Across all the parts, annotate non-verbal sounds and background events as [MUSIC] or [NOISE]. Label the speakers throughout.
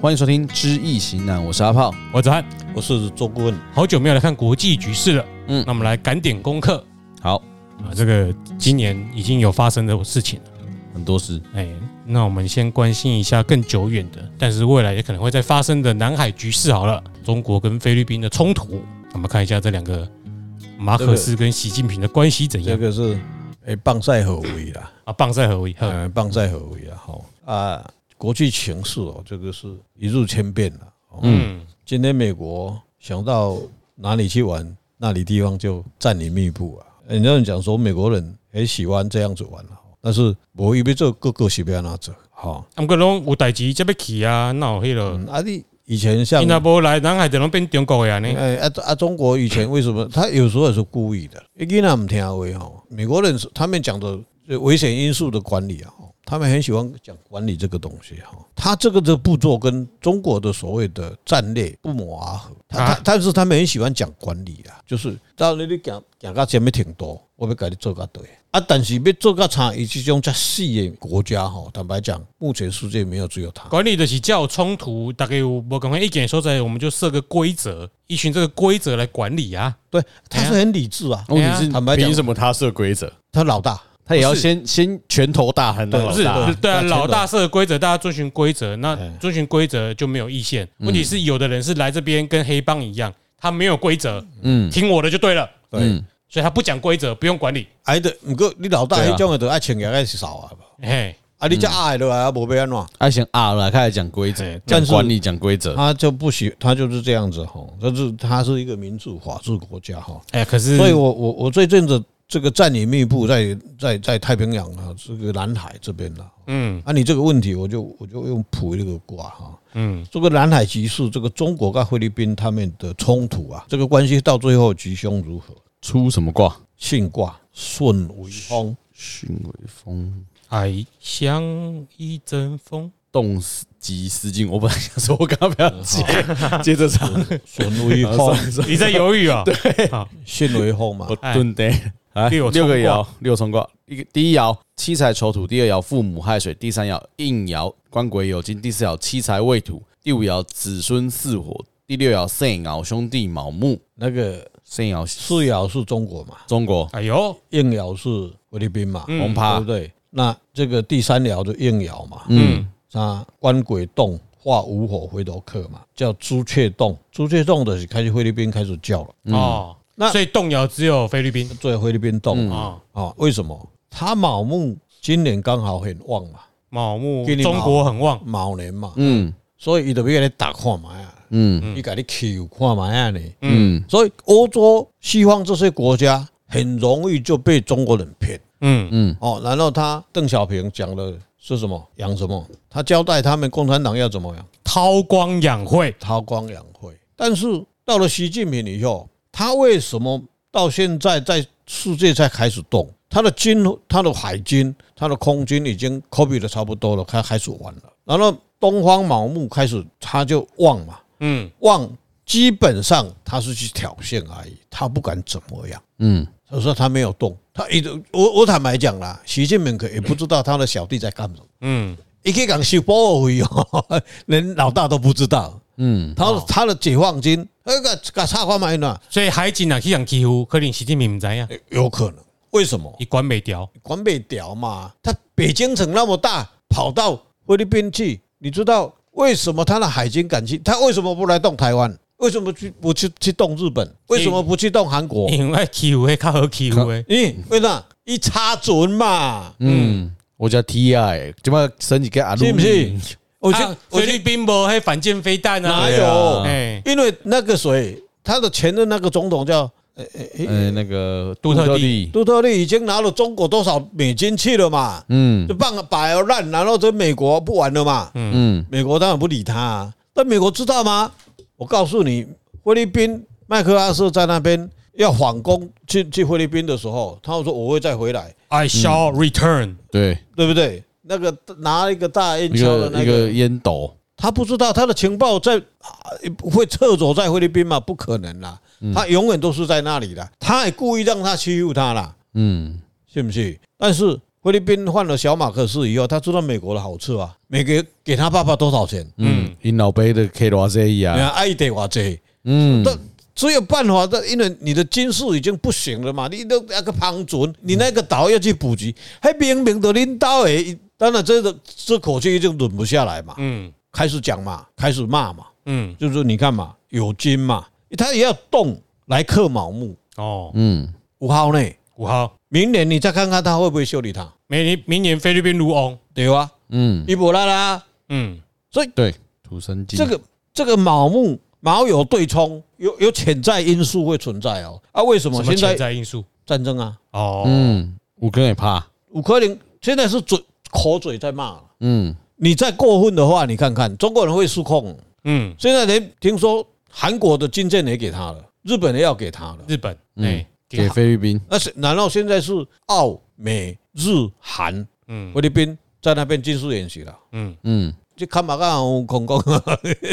Speaker 1: 欢迎收听《知易行难》，我是阿炮。
Speaker 2: 我子涵，
Speaker 3: 我是周顾问，
Speaker 2: 好久没有来看国际局势了，
Speaker 1: 嗯
Speaker 2: 嗯，那我们来赶点功课
Speaker 1: 好，
Speaker 2: 啊，这个今年已经有发生的事情了，
Speaker 1: 很多事，
Speaker 2: 哎，那我们先关心一下更久远的，但是未来也可能会再发生的南海局势好了，中国跟菲律宾的冲突，我们看一下这两个马可斯跟习近平的关系怎
Speaker 3: 这
Speaker 2: 样
Speaker 3: 个是诶棒赛合围啦，
Speaker 2: 啊，棒赛合为，呵
Speaker 3: 呃，棒赛合围啦，好啊，国际情势哦，这个是一日千变了。
Speaker 2: 嗯，
Speaker 3: 今天美国想到哪里去玩，那里地方就占领密布啊。人家讲说美国人也喜欢这样子玩了，但是我以为这个个是不要拿走，好，
Speaker 2: 他们可能有代志这边起啊，闹黑了，
Speaker 3: 嗯啊，你以前像
Speaker 2: 新加坡来南海的人变中国呀呢，
Speaker 3: 哎啊啊！中国以前为什么他有时候也是故意的？因为他们听话哈，美国人是他们讲的这危险因素的管理啊，他们很喜欢讲管理这个东西哈。他这个的步骤跟中国的所谓的战略不谋而合，他他
Speaker 2: 啊
Speaker 3: 但是他们很喜欢讲管理啊，就是到你你讲讲到前面挺多，我要给你做个对啊，但是要做个差，以这种这细的国家哈，坦白讲，目前世界没有只有他。
Speaker 2: 管理的是叫冲突，大概有我赶快一点说在，我们就设个规则，依循这个规则来管理啊。
Speaker 3: 对，他是
Speaker 2: 哎
Speaker 3: 很理智啊，
Speaker 1: 问题是
Speaker 3: 坦白讲
Speaker 4: 哦凭什么他设规则？
Speaker 3: 他老大。
Speaker 4: 他也要
Speaker 2: 不是
Speaker 4: 先先拳头大喊到
Speaker 3: 对
Speaker 4: 老
Speaker 2: 不是
Speaker 4: 大，
Speaker 2: 对啊，
Speaker 3: 大家
Speaker 2: 老大设的规则，大家遵循规则，那
Speaker 3: 嗯
Speaker 2: 遵循规则就没有意见。问题是有的人是来这边跟黑帮一样，他没有规则，
Speaker 1: 嗯，
Speaker 2: 听我的就对了，
Speaker 3: 对
Speaker 1: 嗯
Speaker 2: 所以他不讲规则，不用管理。
Speaker 3: 哎，对，毋过你老大
Speaker 1: 对啊
Speaker 3: 迄种诶，就爱穿起来是少啊，
Speaker 2: 嘿，
Speaker 3: 啊，你只鸭诶落来啊，无要安怎？
Speaker 1: 爱先啊了，开始讲规则
Speaker 3: 哎，
Speaker 1: 讲
Speaker 3: 但是
Speaker 1: 管理，讲规则。
Speaker 3: 啊他就不喜，他就是这样子吼，但是他是一个民主法治国家吼，
Speaker 2: 哎，可是
Speaker 3: 所以我我我最近的这个占领密布在在在太平洋啊，这个南海这边啦，
Speaker 2: 嗯
Speaker 3: 啊，你这个问题我就我就用普这个卦哈，
Speaker 2: 嗯，
Speaker 3: 这个南海局势，这个中国跟菲律宾他们的冲突啊，这个关系到最后吉凶如何？
Speaker 1: 出什么卦？
Speaker 3: 巽卦顺为风，
Speaker 1: 巽为风，
Speaker 2: 海相一阵风，
Speaker 1: 动即思静。我本来想说，我刚刚不要接，
Speaker 3: 哦
Speaker 1: 接着唱。
Speaker 3: 顺为
Speaker 1: [LAUGHS] 啊
Speaker 3: 风，
Speaker 2: 你在犹豫啊？对，好，
Speaker 3: 巽为风嘛
Speaker 1: 我，蹲呆。来，
Speaker 2: 六
Speaker 1: 哎六
Speaker 2: 冲
Speaker 1: 个
Speaker 2: 卦
Speaker 1: 爻，六冲卦。一个第一爻七财丑土，第二爻父母亥水，第三爻应爻官鬼酉金，第四爻七财未土，第五爻子孙巳火，第六爻肾爻兄弟卯木。
Speaker 3: 那个
Speaker 1: 肾爻
Speaker 3: 四爻是中国嘛，
Speaker 1: 中国
Speaker 2: 哎呦，
Speaker 3: 应爻是菲律宾嘛，
Speaker 2: 嗯
Speaker 1: 红
Speaker 3: 对
Speaker 1: 趴
Speaker 3: 不，对？那这个第三爻就应爻嘛，
Speaker 1: 嗯，
Speaker 3: 那官鬼动化无火回头客嘛，叫朱雀动，朱雀动的是开始菲律宾开始叫了，
Speaker 2: 哦，
Speaker 3: 嗯那
Speaker 2: 所以动摇只有菲律宾
Speaker 3: 最菲律宾动
Speaker 1: 嗯
Speaker 3: 啊、
Speaker 2: 啊，
Speaker 3: 哦，为什么？他卯木今年刚好很旺嘛，
Speaker 2: 卯木
Speaker 3: 给你
Speaker 2: 中国很旺，
Speaker 3: 卯年嘛，
Speaker 1: 嗯
Speaker 3: 所以伊就要来打看嘛呀，
Speaker 1: 嗯
Speaker 3: 伊给你求看嘛呀呢，
Speaker 1: 嗯
Speaker 3: 所以欧洲西方这些国家很容易就被中国人骗。
Speaker 2: 嗯
Speaker 1: 嗯
Speaker 3: 哦，然后他邓小平讲的是什么？养什么？他交代他们共产党要怎么样，
Speaker 2: 韬光养晦，
Speaker 3: 韬光养晦。但是到了习近平以后，他为什么到现在在世界才开始动？他的军、他的海军、他的空军已经 copy 的差不多了，开开始玩了。然后东方盲目开始，他就旺嘛，
Speaker 2: 嗯
Speaker 3: 旺基本上他是去挑衅而已，他不敢怎么样。
Speaker 1: 嗯
Speaker 3: 他说他没有动，他一直我我坦白讲啦，习近平可也不知道他的小弟在干什么，
Speaker 2: 嗯，
Speaker 3: 一个讲修保护费哦， [LAUGHS] 连老大都不知道。
Speaker 1: 嗯，
Speaker 3: 他
Speaker 2: 哦
Speaker 3: 他的解放军，哎那个个差看买呢，
Speaker 2: 所以海警啊去人欺负，可能习近平不知呀，啊
Speaker 3: 有可能？为什么？
Speaker 2: 伊管袂掉，
Speaker 3: 管北调嘛，他北京城那么大，跑到菲律宾去，你知道为什么他的海军敢去？他为什么不来动台湾？为什么去不去去动日本？为什么不去动韩国？
Speaker 2: 因为欺负迄较好欺负的，
Speaker 3: 咦，为啥？一插准嘛，
Speaker 1: 嗯，我叫 T I，怎么升几个阿鲁？
Speaker 3: 是不是？我去
Speaker 2: 啊，
Speaker 3: 我
Speaker 2: 菲
Speaker 3: 去
Speaker 2: 律宾无迄反舰飞弹啊，
Speaker 3: 哪
Speaker 1: 对
Speaker 3: 有
Speaker 1: 啊？
Speaker 2: 哎，
Speaker 3: 因为那个谁，他的前任那个总统叫
Speaker 1: 呃，那个
Speaker 2: 杜特地
Speaker 1: 地，
Speaker 3: 杜特利，已经拿了中国多少美金去了嘛？
Speaker 1: 嗯
Speaker 3: 就半个摆了烂，然后这美国不玩了嘛？
Speaker 1: 嗯
Speaker 3: 美国当然不理他、啊，但美国知道吗？我告诉你，菲律宾麦克阿瑟在那边要反攻去去菲律宾的时候，他说我会再回来，
Speaker 2: 哎，I shall return，
Speaker 1: 对，
Speaker 3: 对不对？那个拿一个大烟
Speaker 1: 一
Speaker 3: 枪
Speaker 1: 个
Speaker 3: 的那
Speaker 1: 一
Speaker 3: 个
Speaker 1: 个，烟斗，
Speaker 3: 他不知道他的情报在啊会撤走在菲律宾吗？不可能啦，
Speaker 1: 嗯
Speaker 3: 他永远都是在那里的，他也故意让他欺负他啦。
Speaker 1: 嗯
Speaker 3: 是不是？但是菲律宾换了小马克思以后，他知道美国的好处啊，美国给他爸爸多少钱？
Speaker 1: 嗯，因老杯的 K 罗 Z
Speaker 3: 你
Speaker 1: 啊，
Speaker 3: 看爱得瓦这，
Speaker 1: 嗯，
Speaker 3: 但只有办法的，因为你的军事已经不行了嘛，你都那个旁准，你那个岛要去补给，还明明的领导诶，当然这个这口气已经忍不下来嘛，
Speaker 2: 嗯
Speaker 3: 开始讲嘛，开始骂嘛，
Speaker 2: 嗯
Speaker 3: 就是你看嘛，有金嘛，他也要动来克盲目，
Speaker 2: 哦，
Speaker 1: 嗯，
Speaker 3: 五号呢，
Speaker 2: 五号，明
Speaker 3: 明年你再看看他会不会修理他，
Speaker 2: 明年明年菲律宾卢翁，
Speaker 3: 对啊吧？
Speaker 1: 嗯，
Speaker 3: 伊博拉啦，
Speaker 2: 嗯，
Speaker 1: 对，土生金，
Speaker 3: 这个这个盲目毛有对冲，有有潜在因素会存在哦，啊，为什么
Speaker 2: 什么
Speaker 3: 现
Speaker 2: 潜
Speaker 3: 在
Speaker 2: 在因素？
Speaker 3: 战争啊？
Speaker 2: 哦，
Speaker 1: 嗯，我跟也怕，
Speaker 3: 五颗零现在是嘴口嘴在骂，
Speaker 1: 嗯，
Speaker 3: 你再过分的话，你看看中国人会失控。
Speaker 2: 嗯，
Speaker 3: 现在连听说韩国的金正也给他了，日本也要给他了，
Speaker 2: 日本，
Speaker 1: 嗯
Speaker 2: 哎，
Speaker 1: 给菲律宾，
Speaker 3: 那是然后现在是澳美日韩
Speaker 2: 嗯
Speaker 3: 菲律宾在那边军事演习了，
Speaker 2: 嗯，
Speaker 1: 嗯，
Speaker 3: 这看马干有恐攻，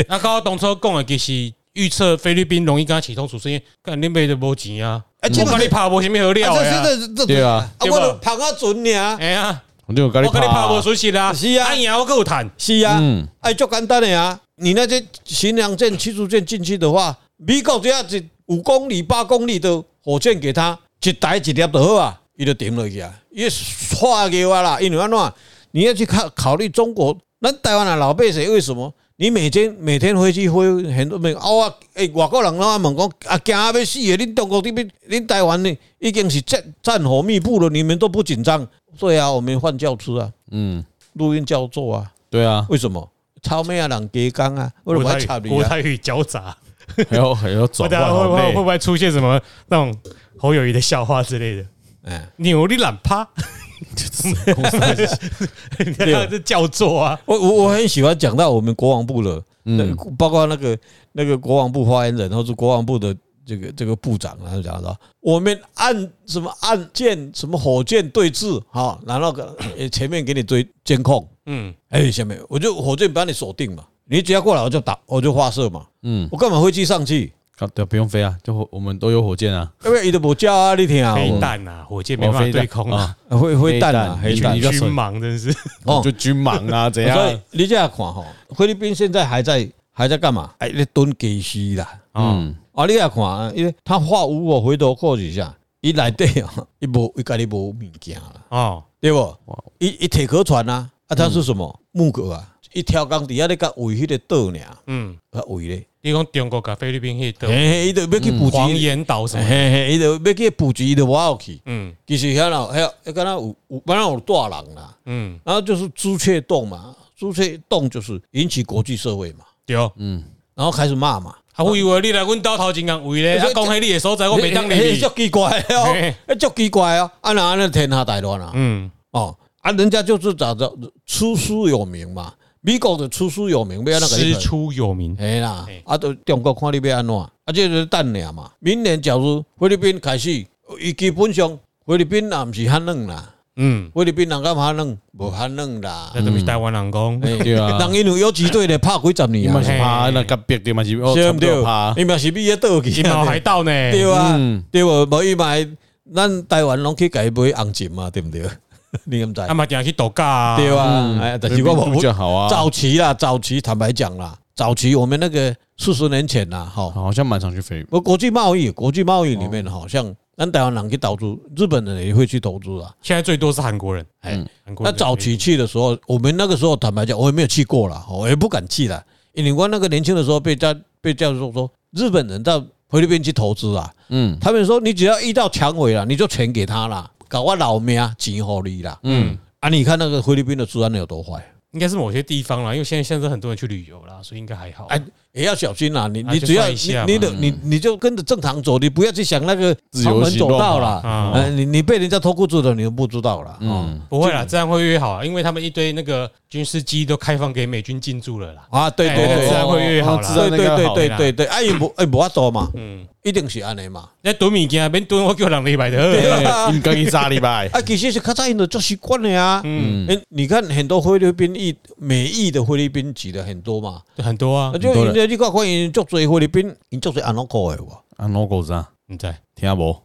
Speaker 2: 那刚刚董车讲的其实预测菲律宾容易跟他起冲突，是因为干恁妹的无钱啊，
Speaker 3: 哎
Speaker 2: 我跟你怕无什么好料的
Speaker 3: 这
Speaker 2: 啊，
Speaker 3: 现在这
Speaker 1: 对啊，
Speaker 3: 啊，我都捧啊准尔， [LAUGHS]
Speaker 2: 哎呀，
Speaker 1: 我就有跟你
Speaker 2: 我跟你怕
Speaker 1: 怕
Speaker 2: 无，损失啦，
Speaker 3: 啊是啊
Speaker 2: 哎呀，我够谈，
Speaker 3: 是啊，
Speaker 1: 嗯，
Speaker 3: 哎，足简单的啊，你那些巡洋舰、驱逐舰进去的话，美国只要一五公里、八公里的火箭给他，一台一粒就好啊，伊就停落去啊，伊刷给我啦，因为安怎，你要去考考虑中国，咱台湾的老百姓为什么？你每天每天飞机飞很多名，啊我诶外国人拢爱问讲啊惊啊要死的，恁中国这边恁台湾呢已经是战战火密布了，你们都不紧张？对啊，我们换教吃啊，
Speaker 1: 嗯，
Speaker 3: 录音教做啊，
Speaker 1: 对
Speaker 3: [LAUGHS]
Speaker 1: 啊，
Speaker 3: 为什么？草莓啊，人鸡缸啊，为什么要插你
Speaker 2: 国
Speaker 3: 啊？
Speaker 2: 台语交杂，
Speaker 1: 还要还要转
Speaker 2: 我等下
Speaker 1: 换，好
Speaker 2: 会不会会不
Speaker 1: 累，
Speaker 2: 会出现什么那种侯友谊的笑话之类的？
Speaker 3: 哎，
Speaker 2: 牛你懒趴，
Speaker 1: [LAUGHS]
Speaker 2: 人家 [LAUGHS] 这叫做啊，
Speaker 3: 我我我很喜欢讲到我们国防部了，
Speaker 1: 嗯
Speaker 3: 嗯，包括那个那个国防部发言人，或是国防部的这个这个部长，然后讲到我们按什么按键什么火箭对峙，哈，然后个呃前面给你追监控，
Speaker 2: 嗯，
Speaker 3: 哎，下面我就火箭把你锁定嘛，你只要过来我就打，我就发射嘛，
Speaker 1: 嗯，
Speaker 3: 我干嘛飞机上去？
Speaker 1: 啊对啊，不用飞啊，就我们都有火箭啊，
Speaker 3: 因为伊都无叫啊，你听啊，
Speaker 2: 飞弹啊，火箭没办法对空啊，
Speaker 3: 会会弹啊，
Speaker 1: 飞
Speaker 3: 黑
Speaker 1: 弹
Speaker 3: 哦弹
Speaker 1: 你
Speaker 2: 军
Speaker 1: 比较
Speaker 2: 军盲真
Speaker 3: [LAUGHS]
Speaker 2: 是，
Speaker 3: 哦
Speaker 1: 就军盲啊，怎
Speaker 3: 所以
Speaker 1: 样？
Speaker 3: 你这样看哈，菲律宾现在还在还在干嘛？哎，在蹲鸡西啦。
Speaker 1: 嗯，
Speaker 3: 啊，你也看啊，因为他话无我回头看一下，伊内底啊， [LAUGHS] 伊无伊家己无物件啦，
Speaker 2: 哦，
Speaker 3: 对不？伊伊铁壳船啊，啊，他是什么木壳啊？伊超工底下咧甲围迄个岛呢，
Speaker 2: 嗯，
Speaker 3: 啊围咧，
Speaker 2: 你讲中国跟菲律宾迄
Speaker 3: 嘿
Speaker 2: 个
Speaker 3: 嘿，伊就要去捕
Speaker 2: 黄
Speaker 3: 鱼，
Speaker 2: 岩岛什
Speaker 3: 嘿
Speaker 2: 么，
Speaker 3: 嘿，伊就要去捕鱼，伊就无要去。
Speaker 2: 嗯
Speaker 3: 其实遐老遐，迄敢若有有，反正有大人啦，
Speaker 2: 嗯，
Speaker 3: 然后就是朱雀洞嘛，朱雀洞就是引起国际社会嘛，
Speaker 2: 对，
Speaker 3: 嗯
Speaker 2: 啊，
Speaker 3: 然后开始骂嘛。
Speaker 2: 我以为你来阮兜头前讲位咧，
Speaker 3: 哎
Speaker 2: 啊，讲迄你的所在，我袂当
Speaker 3: 嘿嘿
Speaker 2: 你
Speaker 3: 嘿，足，奇怪的哦
Speaker 2: 嘿，
Speaker 3: 嘿足奇怪哦，啊那那天下大乱啊，
Speaker 2: 嗯
Speaker 3: 哦啊，人家就是找着出师有名嘛，美国的出师有名，不要那个
Speaker 2: 师出有名，
Speaker 3: 哎啦
Speaker 2: 嘿，
Speaker 3: 啊，都中国看你要安怎，啊，这就是等俩嘛。明年假如菲律宾开始，伊基本上菲律宾也毋是汉冷啦，
Speaker 2: 嗯，
Speaker 3: 菲律宾人敢汉冷，无汉
Speaker 2: [LAUGHS]
Speaker 3: 冷啦。
Speaker 2: 那都是台湾人讲，
Speaker 3: 嘿
Speaker 1: 对啊
Speaker 3: 人因为游击队咧拍几十
Speaker 1: 你
Speaker 3: 年
Speaker 1: 嘛
Speaker 2: [LAUGHS]
Speaker 3: 啊，
Speaker 1: 是怕那个别的嘛是，哦，
Speaker 3: 对
Speaker 1: 差
Speaker 3: 不
Speaker 1: 不多有
Speaker 3: 对
Speaker 1: 怕？，
Speaker 3: 伊嘛是比个倒去
Speaker 2: 金毛海盗呢，
Speaker 3: 对啊，
Speaker 1: 嗯
Speaker 3: 对无？无伊买，咱台湾拢去甲伊买红金嘛，对毋对？ [LAUGHS] 你敢知？
Speaker 2: 啊嘛定去度假啊，
Speaker 3: 对啊，
Speaker 1: 嗯
Speaker 3: 哎，但是我
Speaker 1: 比
Speaker 3: 无
Speaker 1: 较好啊，
Speaker 3: 早期啦，早期坦白讲啦，早期我们那个四十年前啦，哈，
Speaker 1: 好像蛮常去菲律宾，
Speaker 3: 我国际贸易，国际贸易里面好像咱台湾人去投资，日本人也会去投资啊。
Speaker 2: 现在最多是韩国人，哎
Speaker 1: 嗯，
Speaker 2: 韩国
Speaker 3: 那
Speaker 2: 人
Speaker 3: 早期去的时候，我们那个时候坦白讲，我也没有去过啦，我也不敢去啦。因为我那个年轻的时候被叫被叫做说日本人到菲律宾去投资啊，
Speaker 1: 嗯
Speaker 3: 他们说你只要遇到强匪了，你就钱给他啦，搞我老命钱给你啦。
Speaker 1: 嗯
Speaker 3: 啊，你看那个菲律宾的治安有多坏，
Speaker 2: 应该是某些地方啦，因为现在现在很多人去旅游啦，所以应该还好。
Speaker 3: 哎也要小心啦。你
Speaker 2: 啊
Speaker 3: 你
Speaker 2: 就
Speaker 3: 只要
Speaker 2: 算一下
Speaker 3: 你你
Speaker 2: 嘛
Speaker 3: 的你你就跟着正常走，你不要去想那个
Speaker 1: 自
Speaker 3: 旁
Speaker 1: 由
Speaker 3: 门
Speaker 1: 行
Speaker 3: 走
Speaker 1: 动
Speaker 3: 道
Speaker 1: 嘛
Speaker 3: 啦
Speaker 2: 啊。
Speaker 3: 哎，你你被人家偷裤子的，你都不知道啦。嗯
Speaker 1: 嗯，
Speaker 2: 不会啦，这样会越好啊，因为他们一堆那个军事基地都开放给美军进驻了啦。
Speaker 3: 啊，对
Speaker 2: 哎
Speaker 3: 对
Speaker 2: 那个
Speaker 3: 对
Speaker 2: 治安会越好
Speaker 1: 哦知道
Speaker 2: 啦。
Speaker 3: 对
Speaker 1: 那
Speaker 3: 对
Speaker 1: 个
Speaker 3: 对
Speaker 1: 好
Speaker 3: 对
Speaker 2: 啦
Speaker 3: 对对，哎，无哎无法度嘛，
Speaker 2: 嗯，
Speaker 3: 一定是安尼嘛。
Speaker 2: 那蹲物件免啊蹲，我叫人礼拜的。
Speaker 1: 哎应该去炸礼拜，
Speaker 3: 啊，其实是较早因都做习惯了呀。
Speaker 2: 嗯，
Speaker 3: 哎，你看很多菲律宾裔美裔的菲律宾籍的很多嘛，
Speaker 2: 很多啊
Speaker 3: 啊，，就
Speaker 1: 多
Speaker 3: 人家你看看因足多菲律宾，因足多安怎搞的哇，
Speaker 1: 啊 logo 啥？
Speaker 2: 你在
Speaker 1: 听无？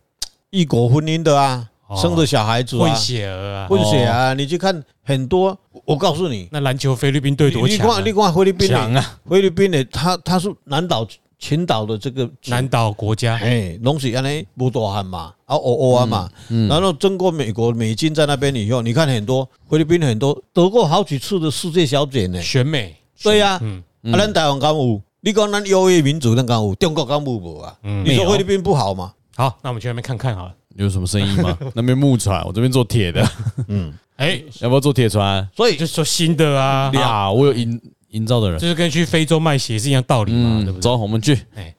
Speaker 3: 异国婚姻的啊，
Speaker 2: 哦
Speaker 3: 生的小孩子
Speaker 2: 混
Speaker 3: 啊，
Speaker 2: 血儿啊。
Speaker 3: 混血啊，你去看很多，我告诉你，
Speaker 2: 那篮球菲律宾队
Speaker 3: 你
Speaker 2: 多
Speaker 3: 你
Speaker 2: 强、啊
Speaker 3: 看，你看菲律宾
Speaker 1: 强
Speaker 3: 的，
Speaker 1: 啊，
Speaker 3: 菲律宾的，他他是南岛群岛的这个
Speaker 2: 南岛国家
Speaker 3: 哎，拢是安尼无大汉嘛，啊，欧欧啊嘛，
Speaker 2: 嗯
Speaker 3: 然后经过美国美金在那边以后，你看很多菲律宾很多得过好几次的世界小姐呢，
Speaker 2: 选美，
Speaker 3: 对呀，啊，
Speaker 2: 嗯
Speaker 3: 咱台湾敢有？你讲咱优越民族，咱敢有？中国敢有无啊？
Speaker 2: 嗯，
Speaker 3: 你说菲律宾不好吗？
Speaker 2: 好，那我们去那边看看好了。
Speaker 1: 有什么生意吗？那边木船，我这边做铁的，
Speaker 2: 哎、
Speaker 1: 要不要做铁船？
Speaker 3: 所以
Speaker 2: 就说新的啊，
Speaker 1: 呀，我有营营造的人
Speaker 2: 就，是跟去非洲卖血是一样道理嘛，对不
Speaker 1: 嗯，
Speaker 2: 对？
Speaker 1: 走，我们去。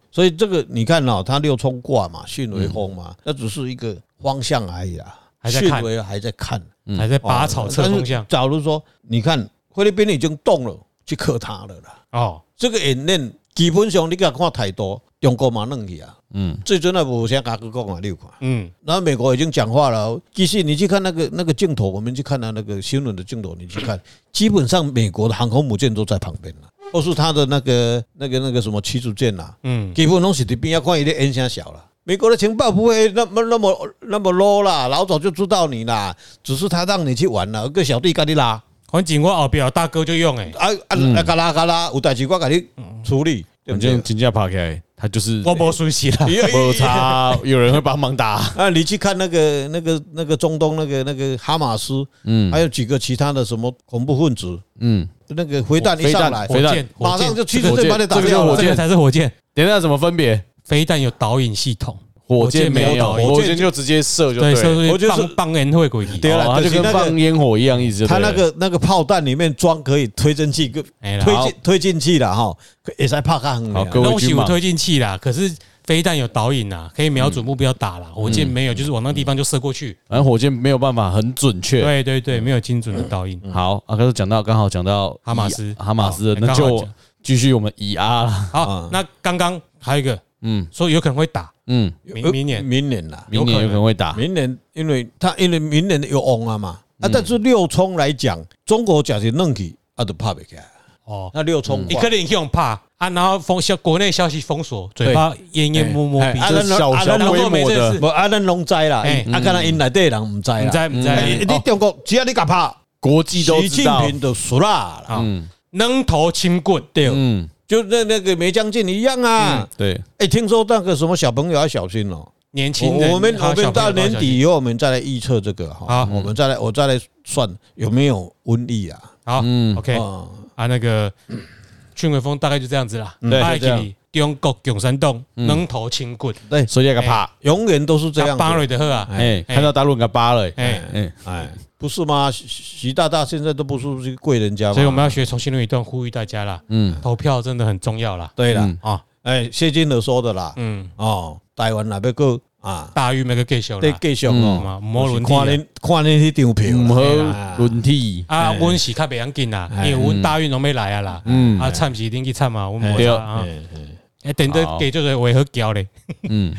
Speaker 3: 所以这个你看哦，它六冲卦嘛，巽为风嘛，那只是一个方向而已啦，
Speaker 2: 还在看
Speaker 3: 巽为还在看。哦
Speaker 1: 嗯
Speaker 2: 还在拔草测风
Speaker 3: 但
Speaker 2: 向
Speaker 3: 是假如说，你看菲律宾已经动了，去克它了啦。
Speaker 2: 哦，
Speaker 3: 这个演练基本上你甲看太多，中国嘛弄去啊。
Speaker 1: 嗯，
Speaker 3: 最阵也无啥甲去讲啊，你有看。
Speaker 2: 嗯，
Speaker 3: 然后美国已经讲话了哦，其实你去看那个那个镜头，我们去看到那个新闻的镜头，你去看，基本上美国的航空母舰都在旁边了，或是它的那个那个那个什么驱逐舰啦，
Speaker 2: 嗯，
Speaker 3: 基本拢是伫边要看伊咧影响小啦。美国的情报不会那么那么那么 low 啦，老早就知道你啦，只是他让你去玩啦，有个小弟跟你拉，
Speaker 2: 环境我后边大哥就用哎、
Speaker 3: 啊啊啊，嘎啦嘎啦，有代志我给你处理，对
Speaker 1: 反
Speaker 3: 不对
Speaker 1: 正？金价爬起来，他就是
Speaker 2: 我没熟悉啦，
Speaker 1: 摩擦， [LAUGHS] 有人会帮忙
Speaker 3: [LAUGHS]
Speaker 1: 打。
Speaker 3: 啊，你去看那个、那个、那个中东那个、那个哈马斯，
Speaker 1: 嗯
Speaker 3: 还有几个其他的什么恐怖分子，
Speaker 1: 嗯，
Speaker 3: 那个回哎弹一上来，
Speaker 1: 哦飞
Speaker 2: 火
Speaker 1: 弹
Speaker 2: 箭，
Speaker 3: 马上
Speaker 2: 火箭
Speaker 3: 就驱逐
Speaker 1: 火
Speaker 3: 舰
Speaker 1: 箭
Speaker 3: 把你打
Speaker 1: 这个
Speaker 3: 掉
Speaker 1: 叫
Speaker 3: 了。
Speaker 1: 火
Speaker 2: 这
Speaker 1: 箭
Speaker 2: 个才是火箭，
Speaker 1: 等一下怎么分别？
Speaker 2: 飞弹有导引系统，
Speaker 1: 火箭没有，
Speaker 2: 火箭没有
Speaker 1: 火箭就直接射就
Speaker 2: 对，
Speaker 1: 对
Speaker 2: 所
Speaker 1: 了，
Speaker 2: 以
Speaker 3: 我就是
Speaker 2: 棒棒人会鬼
Speaker 3: 对
Speaker 1: 哦
Speaker 3: 了
Speaker 1: 它就
Speaker 3: 就是
Speaker 1: 跟
Speaker 3: 那个
Speaker 1: 放烟火一样意思就对
Speaker 3: 他
Speaker 1: 了。
Speaker 3: 那个那个炮弹里面装可以推进去，推
Speaker 2: 哎啦，
Speaker 3: 进推进去了哈，也才怕看很
Speaker 1: 好哦各
Speaker 3: 远。
Speaker 1: 位
Speaker 2: 东西
Speaker 1: 军
Speaker 2: 有
Speaker 1: 嘛
Speaker 2: 推进器啦，可是飞弹有导引啊啦，可以瞄准目标打啦，火箭没有，就是往那地方就射过去。
Speaker 1: 反正火箭没有办法很准确。
Speaker 2: 对对对，没有精准的导引。
Speaker 1: 好，啊，刚才讲到刚好讲到
Speaker 2: 哈马斯
Speaker 1: 以哈马斯
Speaker 2: 好，
Speaker 1: 那
Speaker 2: 刚好
Speaker 1: 就
Speaker 2: 讲
Speaker 1: 继续我们以阿啦。
Speaker 2: 好，那刚刚还有一个
Speaker 1: 嗯
Speaker 2: 说有可能会打
Speaker 1: 嗯，
Speaker 2: 明明年
Speaker 3: 呃明年啦，
Speaker 1: 明年有可能会打。
Speaker 3: 明年因为他因为明年有翁啊嘛，
Speaker 1: 嗯
Speaker 3: 啊，但是六冲来讲，中国假是弄起啊都怕不起来，
Speaker 2: 哦，
Speaker 3: 那六冲
Speaker 1: 嗯
Speaker 2: 你可能用怕啊，然后封消国内消息封锁，嘴巴淹淹摸摸
Speaker 1: 哎，
Speaker 2: 鼻
Speaker 3: 啊
Speaker 1: 这
Speaker 2: 子
Speaker 3: 咱
Speaker 1: 小
Speaker 3: 啊
Speaker 1: 小
Speaker 2: 咱
Speaker 1: 规
Speaker 2: 如果没
Speaker 1: 模
Speaker 2: 认
Speaker 1: 的
Speaker 2: 识
Speaker 3: 无啊，咱拢知啦，
Speaker 2: 哎
Speaker 3: 啊，看咱因内底人唔知
Speaker 1: 嗯
Speaker 2: 你哦
Speaker 3: 啦。
Speaker 2: 在不
Speaker 3: 哎
Speaker 2: 在？
Speaker 3: 你中国只要你敢拍，
Speaker 1: 国际都
Speaker 3: 习
Speaker 1: 哦知
Speaker 3: 近
Speaker 1: 道。
Speaker 3: 平就输啦啦，
Speaker 2: 啊，
Speaker 1: 嗯
Speaker 2: 扔头轻棍，对
Speaker 1: 嗯，
Speaker 3: 就那那个梅将军一样
Speaker 2: 嗯
Speaker 3: 啊。
Speaker 1: 对，
Speaker 3: 哎，听说那个什么小朋友要小心哦。
Speaker 2: 年轻人，
Speaker 3: 我我们
Speaker 2: 还有
Speaker 3: 我
Speaker 2: 小朋
Speaker 3: 们到
Speaker 2: 友
Speaker 3: 年，底以后，我们再来预测这个哈
Speaker 2: 好，嗯
Speaker 3: 我们再来我再来算有没有瘟疫啊？
Speaker 2: 好
Speaker 1: 嗯
Speaker 2: ，OK
Speaker 3: 啊，
Speaker 2: 啊，那个俊伟峰大概就这样子
Speaker 3: 嗯
Speaker 2: 啦。
Speaker 1: 对
Speaker 2: 拜
Speaker 1: 就这样
Speaker 2: 去中国永山洞扔头轻棍，哎
Speaker 3: 对，
Speaker 1: 所以要个怕，
Speaker 3: 永远都是这样子。
Speaker 2: 巴瑞的赫啊，
Speaker 1: 哎，
Speaker 2: 哎
Speaker 1: 看到大陆人给扒了，哎
Speaker 2: 哎，
Speaker 1: 哎，
Speaker 3: 哎，不是吗？习习大大现在都不是去贵人家吗？
Speaker 2: 所以我们要学重新论一段，呼吁大家啦，
Speaker 1: 嗯，
Speaker 2: 投票真的很重要啦。
Speaker 3: 对了
Speaker 1: 嗯，
Speaker 2: 啊，
Speaker 3: 哎，谢金河说的啦，
Speaker 2: 嗯，
Speaker 3: 哦，台湾那边个啊，
Speaker 2: 大玉那个 gay 秀
Speaker 3: 得
Speaker 2: 啦，啊
Speaker 3: 继续
Speaker 2: 好
Speaker 3: 哦，
Speaker 2: 吗？摩轮嗯
Speaker 3: 看恁看恁那张票
Speaker 1: 五
Speaker 3: 啦，
Speaker 1: 合轮替，
Speaker 2: 啊，
Speaker 3: 哎
Speaker 2: 阮是较袂要紧啦，因为
Speaker 3: 嗯
Speaker 2: 阮大运拢要来啊啦，
Speaker 1: 哎嗯
Speaker 2: 啊，惨是一定去惨嘛，阮无
Speaker 1: 对
Speaker 2: 差啊，
Speaker 3: 哎哎
Speaker 2: 哎，等到
Speaker 1: 好
Speaker 2: 给就是为何交咧，
Speaker 1: 嗯，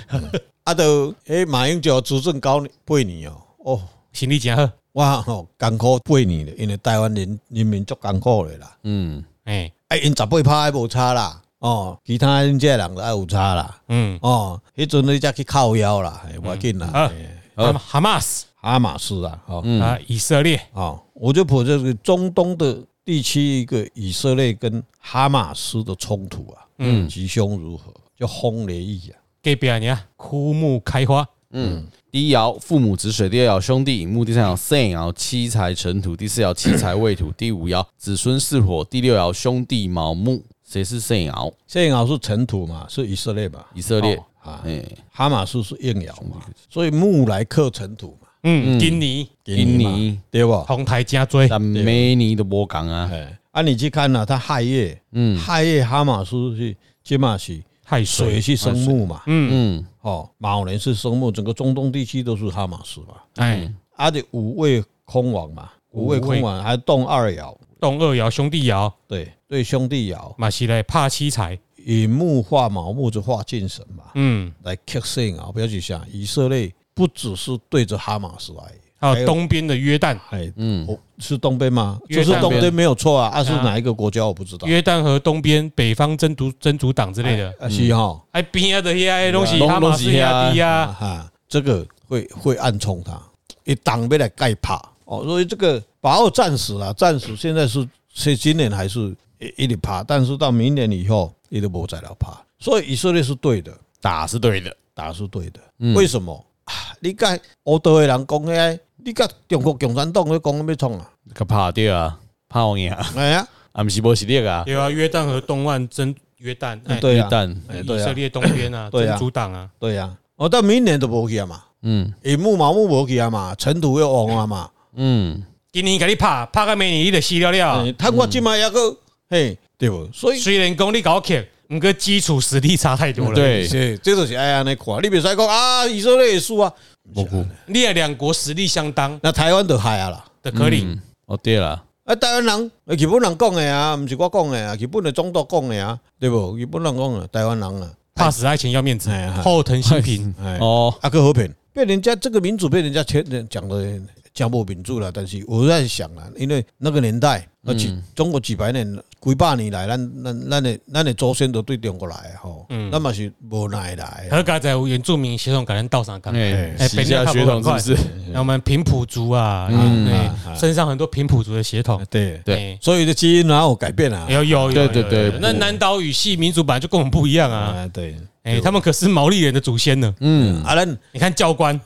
Speaker 3: 啊，都哎马英九执政高八年哦，哦，
Speaker 2: 心理真好，
Speaker 3: 哇哦，艰苦八年了，因为台湾人人民足艰苦的啦，
Speaker 1: 嗯，
Speaker 2: 哎，
Speaker 3: 哎，因十八趴无差啦，哦，其他恁这人爱有差啦，
Speaker 2: 嗯，
Speaker 3: 哦，迄阵你才去靠腰啦，哎无要紧啦，
Speaker 2: 好哈
Speaker 3: 哎
Speaker 2: 哈马斯
Speaker 3: 哈马斯啦，哦。
Speaker 2: 啊，以色列，
Speaker 3: 啊、我就把这个中东的地区一个以色列跟哈马斯的冲突啊，嗯，吉凶如何，就轰雷一啊，
Speaker 2: 隔壁人家枯木开花，
Speaker 1: 第一爻父母子水，第二爻兄弟引木，第三爻圣爻七财成土，第四爻七财未 [COUGHS] 土，第五爻子孙巳火，第六爻兄弟卯木。谁是圣爻？
Speaker 3: 现爻是尘土嘛，是以色列嘛，
Speaker 1: 以色列。
Speaker 3: 啊，
Speaker 1: 哎，
Speaker 3: 哈马斯是应爻嘛，所以木来克尘土嘛，
Speaker 2: 嗯，今年
Speaker 1: 印
Speaker 3: 嘛
Speaker 1: 尼、
Speaker 3: 对不？
Speaker 2: 红台加追，
Speaker 1: 但美尼的波港啊，
Speaker 3: 哎，啊，你去看了、他亥月，嗯，亥月哈马斯是金马是
Speaker 2: 亥
Speaker 3: 水
Speaker 2: 水，
Speaker 3: 是生木嘛，
Speaker 1: 嗯，
Speaker 3: 哦，卯年是生木，整个中东地区都是哈马斯嘛，
Speaker 2: 哎，
Speaker 3: 而且五位空亡嘛，五位
Speaker 2: 五位
Speaker 3: 空亡还动二爻。
Speaker 2: 动二爻兄弟爻，
Speaker 3: 对对，兄弟爻
Speaker 2: 马西来怕七财，
Speaker 3: 以木化卯木就化进神嘛，
Speaker 2: 嗯，
Speaker 3: 来克胜啊！不要去想以色列不只是对着哈马斯而已，
Speaker 2: 还有东边的约旦，
Speaker 3: 哎，嗯，是东边吗？
Speaker 2: 约
Speaker 3: 就
Speaker 2: 旦
Speaker 3: 是东边没有错啊，啊是哪一个国家我不知道，
Speaker 2: 约旦河东边北方真主真主党之类的，
Speaker 3: 啊是哈
Speaker 2: 哎，边啊的遐东西，
Speaker 1: 拢
Speaker 2: 哈马斯
Speaker 1: 拢是
Speaker 2: 遐
Speaker 1: 那
Speaker 2: 的
Speaker 3: 啊
Speaker 2: 啊，
Speaker 3: 哈，这个会会暗冲他，一党要来盖怕哦，所以这个把握战死了，战死现在是是今年还是一一直爬，但是到明年以后，一直不再了爬，所以以色列是对的，
Speaker 1: 打是对的，
Speaker 3: 打是对的，为什么？啊你甲乌道的人讲遐，你甲中国共产党咧讲要创啊？
Speaker 1: 可怕对啊，怕王爷啊，
Speaker 3: 哎呀，
Speaker 1: 啊不是波是列啊，
Speaker 2: 对啊，约旦和东岸争约旦，哎，
Speaker 3: 对呀，
Speaker 1: 但
Speaker 3: 哎
Speaker 2: 以
Speaker 3: 对
Speaker 2: 色
Speaker 3: 呀，
Speaker 2: 列东边
Speaker 1: [COUGHS]
Speaker 2: 啊，
Speaker 3: 对啊
Speaker 2: 真主党啊，
Speaker 3: 对呀，哦，到明年都无去啊嘛，
Speaker 1: 嗯
Speaker 3: 银木麻木无去啊嘛，尘土又旺啊嘛，
Speaker 1: 嗯，
Speaker 2: 今年给你拍，拍到明年你就死了了
Speaker 3: 哎。他我即嘛抑个嘿，对无？所以
Speaker 2: 虽然讲你搞克，不过基础实力差太多了。，
Speaker 1: 嗯对，
Speaker 3: 是，这就是爱安尼看，你袂使讲啊，以色列会输啊，
Speaker 1: 蘑菇
Speaker 2: 你也两国实力相当
Speaker 3: 那台湾就害啊啦。
Speaker 2: 的可能，
Speaker 1: 嗯哦对啦，
Speaker 3: 啊，台湾人，呃日本人讲的啊，毋是我讲的啊，日本的总督讲的啊，对无？日本人讲的，台湾人啊，
Speaker 2: 怕死爱情要面子
Speaker 3: 哎哎，
Speaker 2: 后藤新平。
Speaker 3: 哎，
Speaker 1: 哦
Speaker 3: 啊，个和平，被人家这个民主被人家切讲的讲不民主了。但是我在想啊，因为那个年
Speaker 1: 嗯
Speaker 3: 代，那几、中国几百年、几百年来，咱咱咱的咱的祖先都对中国来的吼，
Speaker 1: 嗯
Speaker 3: 那么是无奈来的。
Speaker 2: 何家在原住民协同感恩道上港，
Speaker 1: 哎，
Speaker 2: 哎
Speaker 1: 洗一下血统是不是？
Speaker 2: 那我们平埔族啊，
Speaker 1: 嗯
Speaker 2: 对，身上很多平埔族的血统，
Speaker 3: 对，
Speaker 1: 对
Speaker 2: 对，
Speaker 3: 所以的基因哪有改变啊？
Speaker 2: 有有有，
Speaker 1: 对
Speaker 2: 有
Speaker 1: 对对
Speaker 2: 有有那南岛语系民族本来就跟我们不一样啊，
Speaker 3: 啊，对，
Speaker 2: 哎，他们可是毛利人的祖先呢。
Speaker 1: 嗯，
Speaker 3: 啊咱
Speaker 2: 你看教官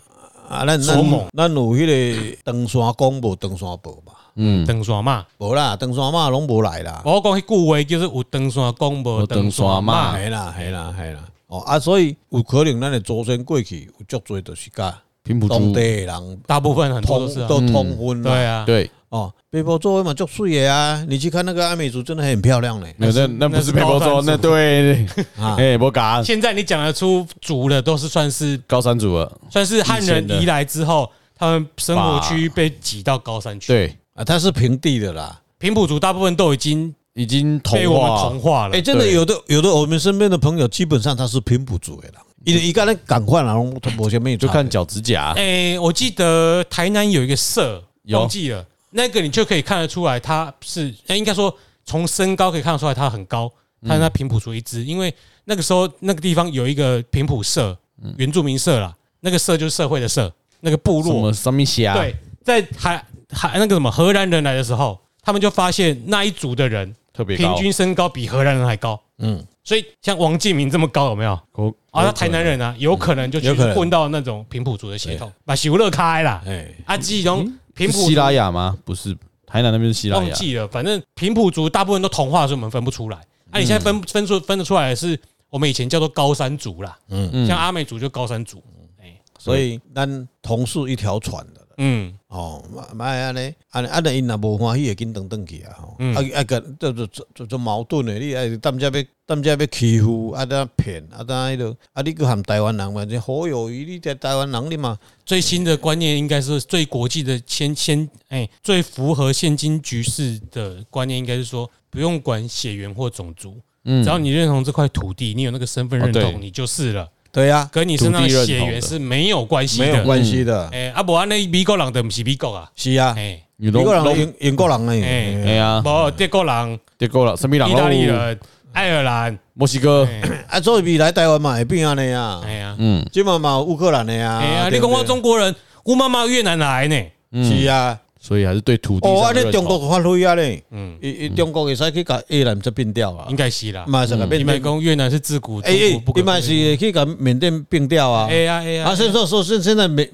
Speaker 3: 啊咱
Speaker 2: 索猛
Speaker 3: 咱咱有迄个登山公无登山步嘛，
Speaker 1: 嗯，
Speaker 2: 登山嘛，
Speaker 3: 无啦，登山嘛拢无来啦。
Speaker 2: 我讲迄句话就是有登山公无
Speaker 1: 有
Speaker 2: 登
Speaker 1: 登
Speaker 2: 山
Speaker 1: 山
Speaker 2: 嘛
Speaker 1: 嘛，
Speaker 3: 系啦系啦系啦，哦啊，所以有可能咱的祖先过去有足多都是甲
Speaker 1: 平埔
Speaker 3: 当
Speaker 1: 猪
Speaker 3: 地，的人
Speaker 2: 大部分很多都
Speaker 3: 通
Speaker 2: 是啊，
Speaker 3: 都通婚了。
Speaker 2: 对啊，
Speaker 1: 对，
Speaker 3: 哦，北坡座位嘛，就水的啊！你去看那个阿美族，真的很漂亮嘞
Speaker 1: 没
Speaker 2: 嗯
Speaker 1: 有那那
Speaker 2: 那
Speaker 1: 不
Speaker 2: 是
Speaker 1: 是被波
Speaker 2: 高
Speaker 1: 州，
Speaker 2: 山
Speaker 1: 那
Speaker 2: 族
Speaker 1: 对，对
Speaker 3: 啊！
Speaker 1: 哎，我嘎
Speaker 2: 现在你讲得出族的都是算是
Speaker 1: 高山族了，
Speaker 2: 算是汉
Speaker 1: 以前
Speaker 2: 人
Speaker 1: 的
Speaker 2: 移来之后，他们生活区被挤到高山去。
Speaker 1: 对，
Speaker 3: 啊，它是平地的啦。
Speaker 2: 平埔族大部分都已经
Speaker 1: 已经同
Speaker 2: 被我们
Speaker 1: 化
Speaker 2: 同，化了
Speaker 3: 哎，。真的
Speaker 1: 对
Speaker 3: 有的有的，我们身边的朋友基本上他是平埔族的啦，
Speaker 2: 嗯
Speaker 3: 因为一个人赶快啦，啊都没什么
Speaker 1: 就
Speaker 3: 差别
Speaker 1: 看脚趾甲，
Speaker 2: [LAUGHS] 哎，我记得台南有一个社，
Speaker 1: 有
Speaker 2: 忘记了那个，你就可以看得出来，他是哎应该说从身高可以看得出来他很高，他那平埔族一支，因为那个时候那个地方有一个平埔社，
Speaker 1: 嗯
Speaker 2: 原住民社啦，那个社就是社会的社，那个部
Speaker 1: 什
Speaker 2: 落
Speaker 1: 么啊上面虾，
Speaker 2: 对，在海海那个什么荷兰人来的时候，他们就发现那一组的人
Speaker 1: 特别
Speaker 2: 平
Speaker 1: 高，
Speaker 2: 均身高比荷兰人还高，
Speaker 3: 嗯，
Speaker 2: 所以像王敬明这么高有没有？
Speaker 1: 哦
Speaker 2: 啊，他台南人啊，有可能就去
Speaker 3: 有可能
Speaker 2: 混到那种平埔族的血统，把喜乐开啦。
Speaker 3: 哎，
Speaker 2: 啊，基隆平
Speaker 1: 是
Speaker 2: 埔
Speaker 1: 希拉
Speaker 2: 族
Speaker 1: 雅吗？不是，台南那边是希拉
Speaker 2: 忘
Speaker 1: 雅，
Speaker 2: 记了，反正平埔族大部分都同化，所以我们分不出来。啊，你现在分分出分得出来的是我们以前叫做高山族啦，嗯，像阿美族就高山族，哎
Speaker 3: 所以咱同是一条船的啦。
Speaker 2: 嗯，
Speaker 3: 哦，嘛嘛安尼，安尼安尼，因若无欢喜，会紧等等去啊！吼，
Speaker 2: 嗯
Speaker 3: 啊啊个，这这这这这矛盾的，你哎，当家要当家要欺负，啊当骗，啊当迄落，啊你去含台湾人嘛，这好友谊，你在台湾人你嘛，
Speaker 2: 最新的观念应该是最国际的先先哎，最符合现今局势的观念应该是说，不用管血缘或种族，
Speaker 1: 嗯
Speaker 2: 只要你认同这块土地，你有那个身份认
Speaker 1: 哦对
Speaker 2: 同，你就是了，
Speaker 3: 对啊，
Speaker 2: 跟你身上
Speaker 1: 土地
Speaker 2: 的
Speaker 1: 认
Speaker 2: 血
Speaker 1: 同
Speaker 2: 缘
Speaker 1: 的
Speaker 2: 是没有关系
Speaker 3: 没有
Speaker 2: 的。
Speaker 3: 关系的，
Speaker 2: 哎，啊，不然那美国人的不是美国啊，
Speaker 3: 是啊，
Speaker 2: 哎
Speaker 1: 你
Speaker 3: 英
Speaker 1: 都
Speaker 3: 国
Speaker 1: 都
Speaker 3: 人英英国人
Speaker 2: 哎
Speaker 3: 呢，
Speaker 1: 哎呀，
Speaker 2: 无德国人、
Speaker 1: 结果了，什么人
Speaker 2: 意大利
Speaker 1: 咯？
Speaker 2: 人、爱尔兰，
Speaker 1: 墨西哥，
Speaker 2: 哎
Speaker 3: 啊，所以未来台湾嘛会变安尼啊，
Speaker 2: 哎呀，
Speaker 1: 嗯，
Speaker 3: 即嘛嘛有乌克兰的啊，
Speaker 2: 哎呀，
Speaker 3: 对
Speaker 2: 你
Speaker 3: 不
Speaker 2: 讲
Speaker 3: 对
Speaker 2: 我中国人，我妈妈越南来呢，
Speaker 3: 是啊，
Speaker 1: 所以还是对土地
Speaker 3: 哦，
Speaker 1: 上
Speaker 3: 啊
Speaker 1: 的
Speaker 3: 你
Speaker 1: 认
Speaker 3: 中
Speaker 1: 同。
Speaker 3: 国发挥啊咧，
Speaker 2: 嗯
Speaker 3: 伊伊中国会使去甲越南这变掉啊
Speaker 2: 应，该是啦。嗯
Speaker 3: 嘛是甲变
Speaker 2: 你
Speaker 3: 掉
Speaker 2: 们。讲越南是自古中
Speaker 3: 哎哎
Speaker 2: 国不，可
Speaker 3: 你嘛
Speaker 2: 分
Speaker 3: 是会去甲缅甸并掉啊？
Speaker 2: 哎呀哎呀，
Speaker 3: 啊，所以说说现现在缅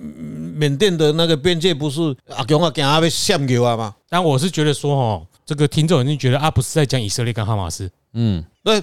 Speaker 3: 缅甸的那个边界不是阿强啊，行啊要陷入啊嘛？
Speaker 2: 但我是觉得说，哦，这个听众已经觉得啊，不是在讲以色列跟哈马斯
Speaker 1: 嗯，
Speaker 2: [LAUGHS]
Speaker 3: 那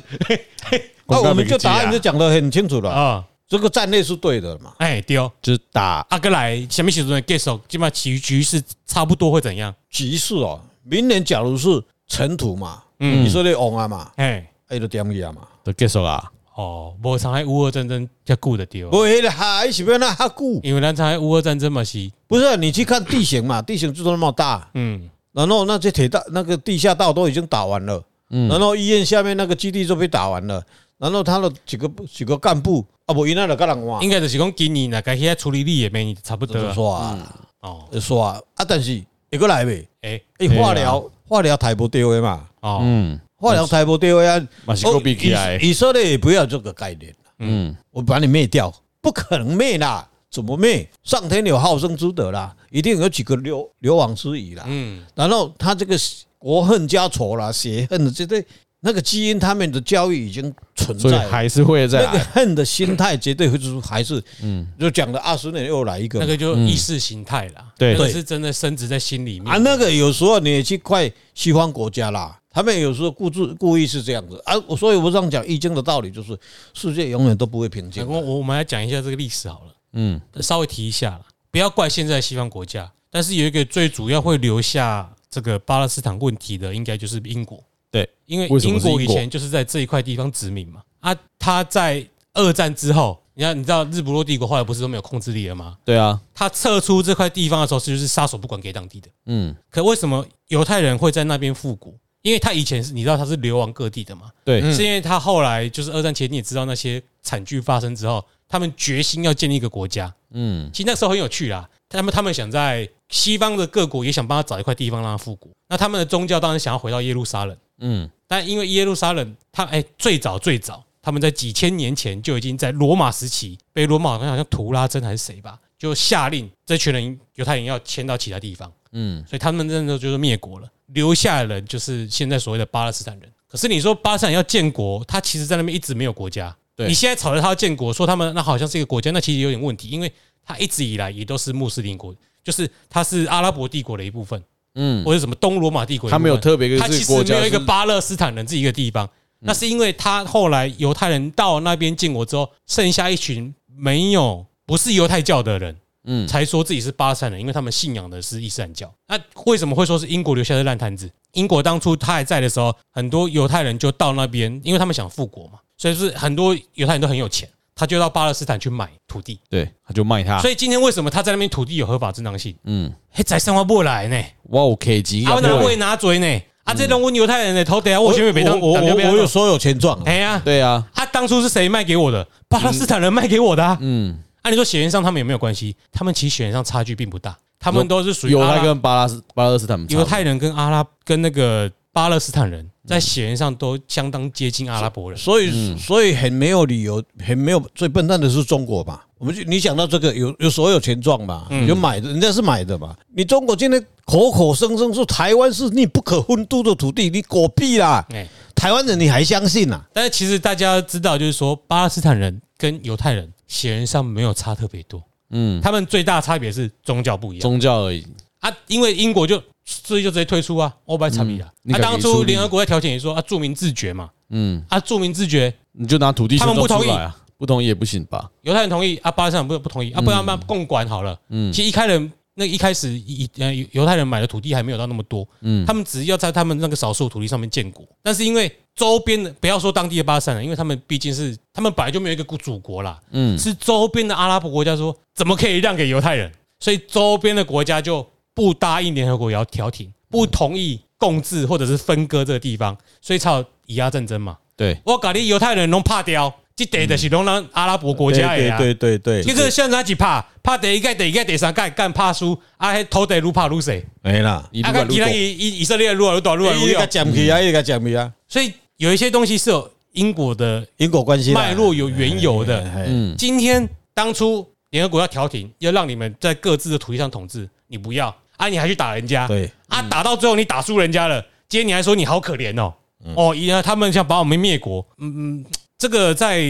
Speaker 3: 那我们就答案就讲得很清楚了，
Speaker 2: 啊，
Speaker 3: 这个战略是对的嘛？
Speaker 2: 哎丢，
Speaker 1: 就是打
Speaker 2: 阿哥来，什么时候结束？起码其局是差不多会怎样？
Speaker 3: 局势哦，明年假如是尘土嘛，
Speaker 2: 嗯
Speaker 3: 以色列亡啊嘛，
Speaker 2: 哎，
Speaker 3: 哎就点去啊嘛，
Speaker 1: 的结束啦。
Speaker 2: 哦，无常害乌俄战争才顾得丢，
Speaker 3: 不，迄个海是要那哈久，
Speaker 2: 因为咱常害乌俄战争嘛是，
Speaker 3: 不是啊你去看地形嘛，地形就那么大，
Speaker 2: 嗯，
Speaker 3: 然后那些铁道那个地下道都已经打完了，
Speaker 1: 嗯
Speaker 3: 然后医院下面那个基地就被打完了，然后他的几个几个干部啊，不，伊那就跟人换
Speaker 2: 应。该就是讲今年那个遐处理力也没你差不多
Speaker 3: 就
Speaker 2: 啊
Speaker 3: 说
Speaker 1: 嗯
Speaker 3: 啊，
Speaker 2: 哦，
Speaker 3: 就说啊，啊，但是会过来未？
Speaker 2: 哎
Speaker 3: 诶，
Speaker 1: 啊
Speaker 3: 化疗化疗抬不掉的嘛，
Speaker 2: 哦，
Speaker 1: 嗯，
Speaker 3: 化疗抬不掉的啊。
Speaker 1: 马西哥比起来
Speaker 3: 以以色列也不要这个概念，
Speaker 1: 嗯，
Speaker 3: 我把你灭掉，不可能灭啦。怎么灭？上天有好生之德啦，一定有几个流流亡之矣啦。
Speaker 2: 嗯，
Speaker 3: 然后他这个国恨家仇啦、血恨的这对那个基因，他们的教育已经
Speaker 2: 嗯
Speaker 3: 存
Speaker 1: 所以
Speaker 3: 在了。
Speaker 1: 还是会在
Speaker 3: 那个恨的心态绝对会是还是，嗯，就讲了二十年又来一个
Speaker 2: 那个就意识形态啦，
Speaker 1: 对
Speaker 2: 那个
Speaker 3: 对
Speaker 2: 是真的升值在心里面
Speaker 3: 啊，那个有时候你也去怪西方国家啦，他们有时候故自故意是这样子啊，我所以我这样讲《易经》的道理就是，世界永远都不会平静
Speaker 2: 我。我我们来讲一下这个历史好了，
Speaker 1: 嗯，
Speaker 2: 稍微提一下啦，不要怪现在西方国家，但是有一个最主要会留下这个巴勒斯坦问题的，应该就是英国。
Speaker 1: 对，
Speaker 2: 因为
Speaker 1: 为什么
Speaker 2: 英
Speaker 1: 是
Speaker 2: 国以
Speaker 1: 英国
Speaker 2: 前就是在这一块地方殖民嘛。啊，他在二战之后，你看，你知道日不落帝国后来不是都没有控制力了吗？
Speaker 1: 对啊，
Speaker 2: 他撤出这块地方的时候，就是撒手不管给当地的。
Speaker 1: 嗯，
Speaker 2: 可为什么犹太人会在那边复古？因为他以前是你知道他是流亡各地的嘛，
Speaker 1: 对，
Speaker 2: 是因为他后来就是二战前你也知道那些惨剧发生之后，他们决心要建立一个国家。
Speaker 1: 嗯，
Speaker 2: 其实那时候很有趣啦，他们他们想在西方的各国也想帮他找一块地方让他复古。那他们的宗教当然想要回到耶路撒冷，
Speaker 1: 嗯，
Speaker 2: 但因为耶路撒冷，他哎、最早最早，他们在几千年前就已经在罗马时期被罗马好像好像图拉真还是谁吧，就下令这群人犹太人要迁到其他地方，
Speaker 1: 嗯，
Speaker 2: 所以他们那时候就是灭国了，留下的人就是现在所谓的巴勒斯坦人。可是你说巴勒斯坦要建国，他其实在那边一直没有国家。
Speaker 1: 对
Speaker 2: 你现在吵着他要建国，说他们那好像是一个国家，那其实有点问题，因为他一直以来也都是穆斯林国，就是他是阿拉伯帝国的一部分，
Speaker 1: 嗯，
Speaker 2: 或者什么东罗马帝国的一
Speaker 1: 他
Speaker 2: 部分。
Speaker 1: 没有特别跟
Speaker 2: 他
Speaker 1: 这
Speaker 2: 其
Speaker 1: 个
Speaker 2: 实
Speaker 1: 国
Speaker 2: 没
Speaker 1: 家
Speaker 2: 有一个
Speaker 1: 是嗯
Speaker 2: 巴勒斯坦人自己一个地方，那是因为他后来犹太人到那边建国之后，剩下一群没有不是犹太教的人，
Speaker 1: 嗯
Speaker 2: 才说自己是巴勒斯坦人，因为他们信仰的是伊斯兰教。那为什么会说是英国留下的烂摊子？英国当初他还在的时候，很多犹太人就到那边，因为他们想复国嘛，所以是很多犹太人都很有钱，他就到巴勒斯坦去买土地。
Speaker 1: 对，他就卖他，
Speaker 2: 所以今天为什么他在那边土地有合法正当性？
Speaker 1: 嗯，
Speaker 2: 嘿，宰上花不来呢？
Speaker 1: 哇，K 级，
Speaker 2: 啊，拿会拿嘴呢？啊，这种我犹太人的头等下我
Speaker 3: 嗯我
Speaker 2: 全部被当，
Speaker 3: 我我
Speaker 2: 当
Speaker 3: 我
Speaker 2: 掉被当
Speaker 3: 我有所有权状，
Speaker 2: 哎呀，
Speaker 1: 对啊，
Speaker 2: 他当初是谁卖给我的？巴勒斯坦人卖给我的啊！
Speaker 1: 嗯，
Speaker 2: 按理说血缘上他们有没有关系？他们其实血缘上差距并不大，他们都是属于
Speaker 1: 犹
Speaker 2: 阿拉
Speaker 1: 太跟巴拉斯巴勒斯坦差不多
Speaker 2: 犹太人跟阿拉跟那个巴勒斯坦人在血缘上都相当接近阿拉伯人。
Speaker 3: 所以所以很没有理由，很没有最笨蛋的是中国嘛。我们就你讲到这个有有所有权状嘛，
Speaker 2: 嗯
Speaker 3: 有买的人家是买的嘛。你中国今天口口声声说台湾是你不可分割的土地，你狗屁啦！
Speaker 2: 哎，
Speaker 3: 台湾人你还相信啊呐、
Speaker 2: 但是其实大家知道，就是说巴勒斯坦人跟犹太人血缘上没有差特别多，
Speaker 1: 嗯，
Speaker 2: 他们最大差别是宗教不一样。
Speaker 1: 宗教而已，
Speaker 2: 啊，因为英国就所以就直接退出啊，欧拜查比啊。
Speaker 1: 嗯你
Speaker 2: 啊，
Speaker 1: 敢
Speaker 2: 当
Speaker 1: 给
Speaker 2: 初
Speaker 1: 出力
Speaker 2: 联合国在调解也说啊，著名自决嘛，
Speaker 1: 嗯，
Speaker 2: 啊，著名自决，
Speaker 1: 你就拿土地
Speaker 2: 他们
Speaker 1: 权
Speaker 2: 不
Speaker 1: 做
Speaker 2: 同
Speaker 1: 出
Speaker 2: 意
Speaker 1: 来啊，不同意也不行吧？
Speaker 2: 犹太人同意啊，巴勒斯坦不不同意啊，不然嘛共管好了。
Speaker 1: 嗯
Speaker 2: 其实一开人那一开始以呃犹犹太人买的土地还没有到那么多，
Speaker 1: 嗯
Speaker 2: 他们只要在他们那个少数土地上面建国，但是因为周边的不要说当地的巴勒斯坦人，因为他们毕竟是他们本来就没有一个祖国啦，
Speaker 1: 嗯，
Speaker 2: 是周边的阿拉伯国家说怎么可以让给犹太人，所以周边的国家就不答应联合国也要调停，不同意共治或者是分割这个地方，所以才有以阿战争嘛。
Speaker 1: 对，
Speaker 2: 我搞你犹太人拢怕掉，这得的是拢让阿拉伯国家的啊。
Speaker 3: 对对对
Speaker 2: 这个现在几怕，怕第一届、第二届、第三届干怕输，啊，迄土地愈怕愈细，
Speaker 3: 没啦。
Speaker 1: 一路
Speaker 2: 啊，
Speaker 1: 啊
Speaker 2: 跟
Speaker 1: 路
Speaker 2: 其他以以以色列愈啊来愈大，愈来
Speaker 3: 一
Speaker 2: 愈
Speaker 3: 个
Speaker 2: 弱，
Speaker 3: 讲皮啊，一个讲皮啊，
Speaker 2: 所以有一些东西是有因果的
Speaker 3: 因果关系啦
Speaker 2: 脉络有缘由的。
Speaker 3: 哎哎
Speaker 1: 嗯，
Speaker 2: 今天当初联合国要调停，要让你们在各自的土地上统治，你不要啊，你还去打人家，
Speaker 3: 对，
Speaker 2: 啊，打到最后你打输人家了，今天你还说你好可怜哦，哦，原来他们想把我们灭国，嗯嗯，这个在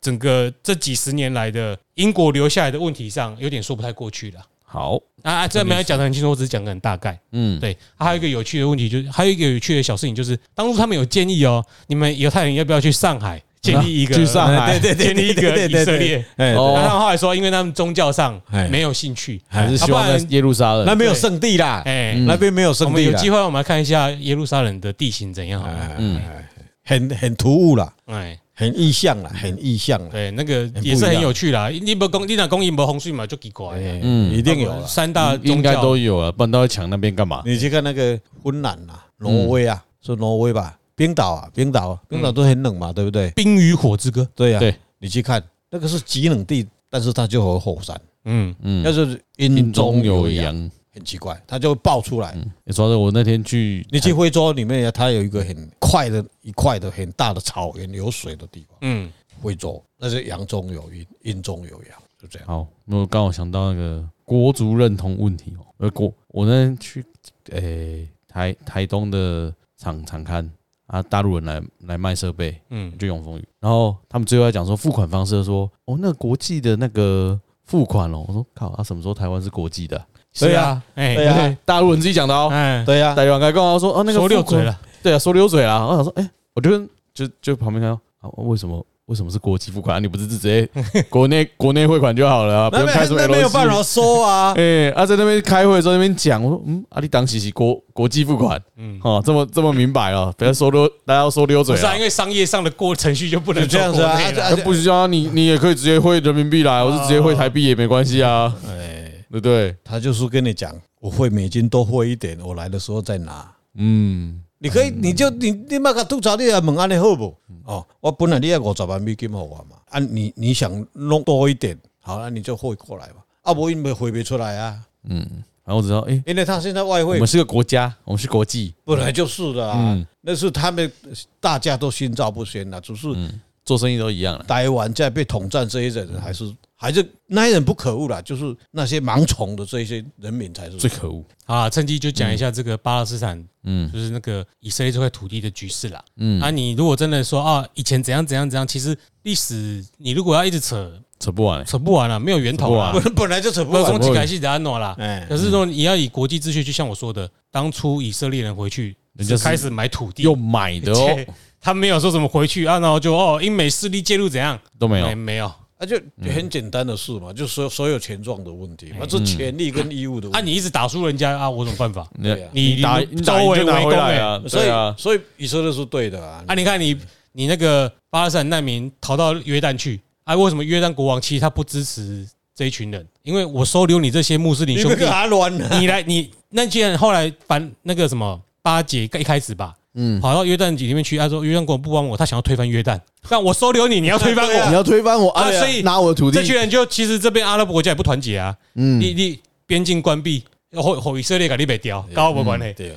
Speaker 2: 整个这几十年来的英国留下来的问题上，有点说不太过去了。
Speaker 1: 好，
Speaker 2: 啊啊，这没有讲得很清楚，我只是讲得很大概。
Speaker 1: 嗯，
Speaker 2: 对，啊还有一个有趣的问题，就是还有一个有趣的小事情，就是当初他们有建议哦，你们犹太人要不要去上海建立一个呃
Speaker 1: 去上海
Speaker 3: 对对对，
Speaker 2: 建立一个以色列？
Speaker 3: 哎，
Speaker 1: 哦
Speaker 2: 那他们后来说，因为他们宗教上
Speaker 3: 哎
Speaker 2: 没有兴趣，
Speaker 1: 还是
Speaker 2: 啊
Speaker 1: 希
Speaker 2: 不
Speaker 1: 望在
Speaker 2: 然
Speaker 1: 耶路撒冷
Speaker 3: 那。边有圣地啦，
Speaker 2: 哎，
Speaker 3: 那边没有
Speaker 2: 我
Speaker 3: 圣
Speaker 2: 们
Speaker 3: 地
Speaker 2: 有
Speaker 3: 啦，
Speaker 2: 机会我们来看一下耶路撒冷的地形怎样好了。
Speaker 3: 嗯，很很突兀啦，
Speaker 2: 哎，
Speaker 3: 很意象啦，很意象啦，
Speaker 2: 对，那个
Speaker 3: 不一样
Speaker 2: 也是很有趣啦。你不公，你讲公益不洪水嘛，就奇怪了。
Speaker 3: 哎，
Speaker 1: 嗯
Speaker 3: 一定有啦。
Speaker 2: 三大宗教
Speaker 1: 应该都有啊，不然都会抢那边干嘛？
Speaker 3: 你去看那个芬兰啦、挪威啊，是挪威吧？冰岛啊，冰岛啊，冰岛都很冷嘛，对不对？
Speaker 2: 冰与火之歌。
Speaker 3: 对呀、啊
Speaker 1: 对
Speaker 3: 你去看那个是极冷地，但是它就有火山，
Speaker 2: 嗯，
Speaker 1: 嗯
Speaker 3: 那，就是
Speaker 1: 阴
Speaker 3: 阴
Speaker 1: 中
Speaker 3: 中
Speaker 1: 有
Speaker 3: 有
Speaker 1: 阳
Speaker 3: 阳，。嗯很奇怪，它就会爆出来。
Speaker 1: 你说的，我那天去，
Speaker 3: 你去非洲里面，它有一个很快的一块的很大的草原，有水的地方。
Speaker 2: 嗯，
Speaker 3: 非洲那是阳中有阴，阴中有阳，就这样。
Speaker 1: 好，我刚好想到那个国族认同问题哦。呃，国我那天去诶、台台东的厂厂刊啊，大陆人来来卖设备，
Speaker 2: 嗯，
Speaker 1: 就永丰雨。然后他们最后在讲说付款方式，说哦，那国际的那个付款哦，我说靠，啊，什么时候台湾是国际的？
Speaker 3: 对啊，
Speaker 2: 哎，
Speaker 3: 对啊，
Speaker 1: 大陆人自己讲的哦。
Speaker 2: 哎，
Speaker 3: 对啊呀、
Speaker 1: 大陆人刚跟我说哦，那个
Speaker 2: 说溜
Speaker 1: 付款
Speaker 2: 嘴，了，
Speaker 1: 对啊，说溜嘴了。我想说，哎，我就跟就就旁边看到啊，为什么？为什么是国际付款？啊你不是直接
Speaker 3: [LAUGHS]
Speaker 1: 国内国内汇款就好了、啊，不
Speaker 3: 那
Speaker 1: 用开
Speaker 3: 没
Speaker 1: 什么
Speaker 3: 那
Speaker 1: LC。
Speaker 3: 没有办法说啊
Speaker 1: 哎、啊，在那边开会的时候，那边讲，我说，嗯，啊，你当时是国国际付款，嗯，哦，这么这么明白哦，不要说溜，大家要说溜嘴
Speaker 2: 不是啊，
Speaker 1: 了
Speaker 2: 因，为商业上的过程序就不能
Speaker 3: 就这样 [LAUGHS] 子啊
Speaker 2: 做国内了
Speaker 3: 啊
Speaker 1: 那不行啊，你你也可以直接汇人民币
Speaker 3: 哦
Speaker 1: 来，我是直接汇台币也没关系啊，
Speaker 3: 哎，
Speaker 1: 对不对？
Speaker 3: 他就是跟你讲，我会美金多汇一点，我来的时候再拿。
Speaker 1: 嗯，
Speaker 3: 你可以，你就你你莫甲吐槽，你来问安尼好无？哦，我本来你要五十万美金给我嘛，啊，你你想弄多一点，好了，你就汇过来嘛。啊，不，因没汇不出来啊，
Speaker 1: 然后我知道，哎、
Speaker 3: 因为他现在外
Speaker 1: 我
Speaker 3: 汇
Speaker 1: 们是个国家，我们是国际，
Speaker 3: 本来就是的啊
Speaker 1: 嗯，
Speaker 3: 那是他们大家都心照不宣了，只是
Speaker 1: 做生意都一样了，
Speaker 3: 台湾在被统战这一些
Speaker 1: 嗯
Speaker 3: 人，还是还是那些人不可恶啦，就是那些盲从的这些人民才是
Speaker 1: 最可恶。
Speaker 2: 啊，趁机就讲一下这个巴勒斯坦，
Speaker 1: 嗯
Speaker 2: 就是那个以色列这块土地的局势啦。
Speaker 1: 嗯，
Speaker 2: 啊，你如果真的说啊，以前怎样怎样怎样，其实历史你如果要一直扯，
Speaker 1: 扯不完、
Speaker 2: 扯不完了，啊没有源头啦
Speaker 1: 扯不
Speaker 3: 本本来就扯不
Speaker 2: 没有
Speaker 3: 完
Speaker 2: 攻。击感系的安诺啦。
Speaker 3: 哎，
Speaker 2: 可是说你要以国际秩序，就像我说的，当初以色列人回去，
Speaker 1: 人家是
Speaker 2: 开始买土地，
Speaker 1: 又买的
Speaker 2: 而
Speaker 1: 哦
Speaker 2: 且，他没有说怎么回去啊，然后就哦，英美势力介入怎样？
Speaker 1: 都没
Speaker 2: 没
Speaker 1: 有，
Speaker 2: 没有
Speaker 3: 啊，就很简单的事嘛，就是所所有权状的问题嘛，这权利跟义务的
Speaker 2: 啊，
Speaker 3: 问题。
Speaker 2: 你一直打输人家啊，我有什么办
Speaker 1: [LAUGHS]
Speaker 2: 法？
Speaker 1: 你
Speaker 3: 对啊
Speaker 1: 你打
Speaker 2: 你
Speaker 1: 你打赢
Speaker 2: 周围
Speaker 1: 就拿
Speaker 2: 围
Speaker 1: 回
Speaker 2: 攻
Speaker 1: 来
Speaker 2: 欸
Speaker 1: 啊，
Speaker 3: 所
Speaker 1: 对啊
Speaker 3: 以，，所以以色列是对的啊。
Speaker 2: 啊，你看你你那个巴勒斯坦难民逃到约旦去，啊，为什么约旦国王其实他不支持这一群人？因为我收留你这些穆斯林
Speaker 3: 你
Speaker 2: 兄 [LAUGHS]
Speaker 3: 们
Speaker 2: 弟
Speaker 3: 个，阿乱啊！
Speaker 2: 你来你那既然后来反那个什么巴结一开始吧，嗯，跑到约旦里面去，他说约旦国王不帮我，他想要推翻约旦，但我收留你，你要推翻
Speaker 3: 对啊
Speaker 2: [LAUGHS] 我，
Speaker 4: 你要推翻我
Speaker 1: 哎
Speaker 4: 啊
Speaker 2: 啊，所以
Speaker 4: 拿我的土地
Speaker 2: 这，群人就其实这边阿拉伯国家也不团结啊，嗯，你你边境关闭，后后以色列给你北掉，跟我无关系。
Speaker 3: 对啊，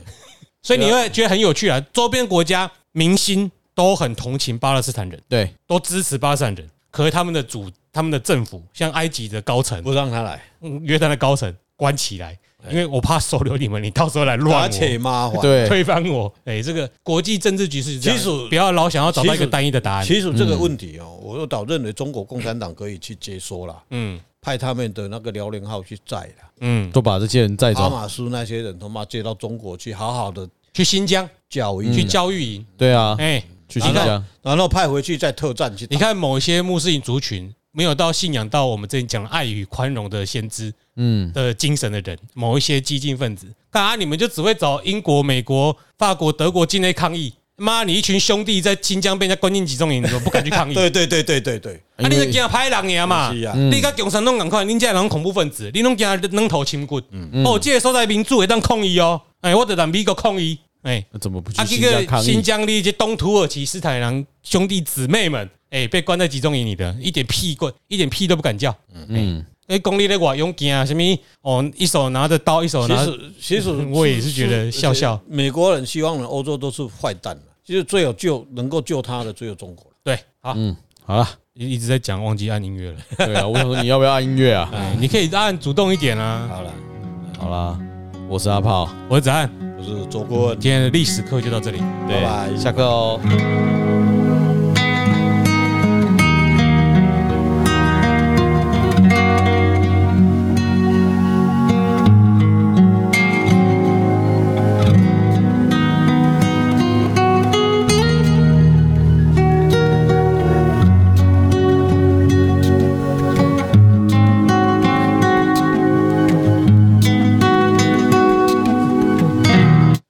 Speaker 2: 所以你会觉得很有嗯趣啊。周边国家明星都很同情巴勒斯坦人，
Speaker 1: 对，
Speaker 2: 都支持巴勒斯坦人，可是他们的主、他们的政府，像埃及的高层、
Speaker 3: 不让他来，
Speaker 2: 嗯约旦的高层关起来，
Speaker 3: 哎
Speaker 2: 因为我怕收留你们，你到时候来
Speaker 3: 而
Speaker 2: 乱
Speaker 3: 且
Speaker 2: 我。
Speaker 3: 麻烦。，
Speaker 1: 对，
Speaker 2: 推翻我！哎、这个国际政治局势是这样
Speaker 3: 其实
Speaker 2: 不要老想要找到一
Speaker 3: 其
Speaker 2: 个
Speaker 3: 实
Speaker 2: 单一的答案。
Speaker 3: 其实这个问题哦，我又倒认为中国共产党可以去接收啦，
Speaker 2: 嗯
Speaker 3: 派他们的那个辽宁号去载啦，
Speaker 2: 嗯，
Speaker 1: 都把这些人带
Speaker 3: 哈
Speaker 1: 走，
Speaker 3: 马斯那些人他妈接到中国去，好好的
Speaker 2: 去新疆
Speaker 3: 教育
Speaker 2: 去
Speaker 3: 去，
Speaker 2: 教育营，
Speaker 1: 对啊，
Speaker 2: 哎、
Speaker 1: 去新
Speaker 3: 然后
Speaker 1: 疆，
Speaker 3: 然后派回去再特战去打。
Speaker 2: 你看某一些穆斯林族群没有到信仰到我们之前讲的爱与宽容的先知，
Speaker 1: 嗯，
Speaker 2: 的精神的人，某一些激进分子，干啊，你们就只会找英国、美国、法国、德国境内抗议。妈，你一群兄弟在新疆被人家关进集中营，你怎么不敢去抗议？
Speaker 3: 对对对对对对，
Speaker 2: 啊，你是惊拍人呀嘛？
Speaker 3: 是啊
Speaker 2: 你甲共产党共款，恁这人恐怖分子，你拢惊软头青骨。
Speaker 3: 嗯
Speaker 2: 哦，这个所在民主会当抗议哦。哎，我得让美国抗议。哎，
Speaker 1: 那怎么不
Speaker 2: 啊，
Speaker 1: 去
Speaker 2: 这
Speaker 1: 新疆
Speaker 2: 个
Speaker 1: 抗
Speaker 2: 新
Speaker 1: 议？
Speaker 2: 疆的这东土耳其斯坦人兄弟姊妹们，哎，被关在集中营里的，一点屁棍，一点屁都不敢叫。
Speaker 1: 嗯，
Speaker 2: 哎，公立的我用惊啊，什么哦，一手拿着刀，一手
Speaker 3: 其
Speaker 2: 拿
Speaker 3: 实其实
Speaker 2: [LAUGHS] 我也是觉得笑笑。
Speaker 3: 美国人、西方人、欧洲都是坏蛋了，其实最有救能够救他的只有中国了。
Speaker 2: 对，好，
Speaker 1: 好了，
Speaker 2: 一一直在讲忘记按音乐了，
Speaker 1: 对啊，我想说你要不要按音乐啊？
Speaker 2: 哎，你可以按主动一点啊，
Speaker 3: 好了，
Speaker 1: 好啦，我是阿炮，
Speaker 2: 我是子按，
Speaker 3: 我是周顾问，
Speaker 2: 今天的历史课就到这里。
Speaker 1: 对
Speaker 3: 拜拜
Speaker 1: 下课哦。
Speaker 3: 拜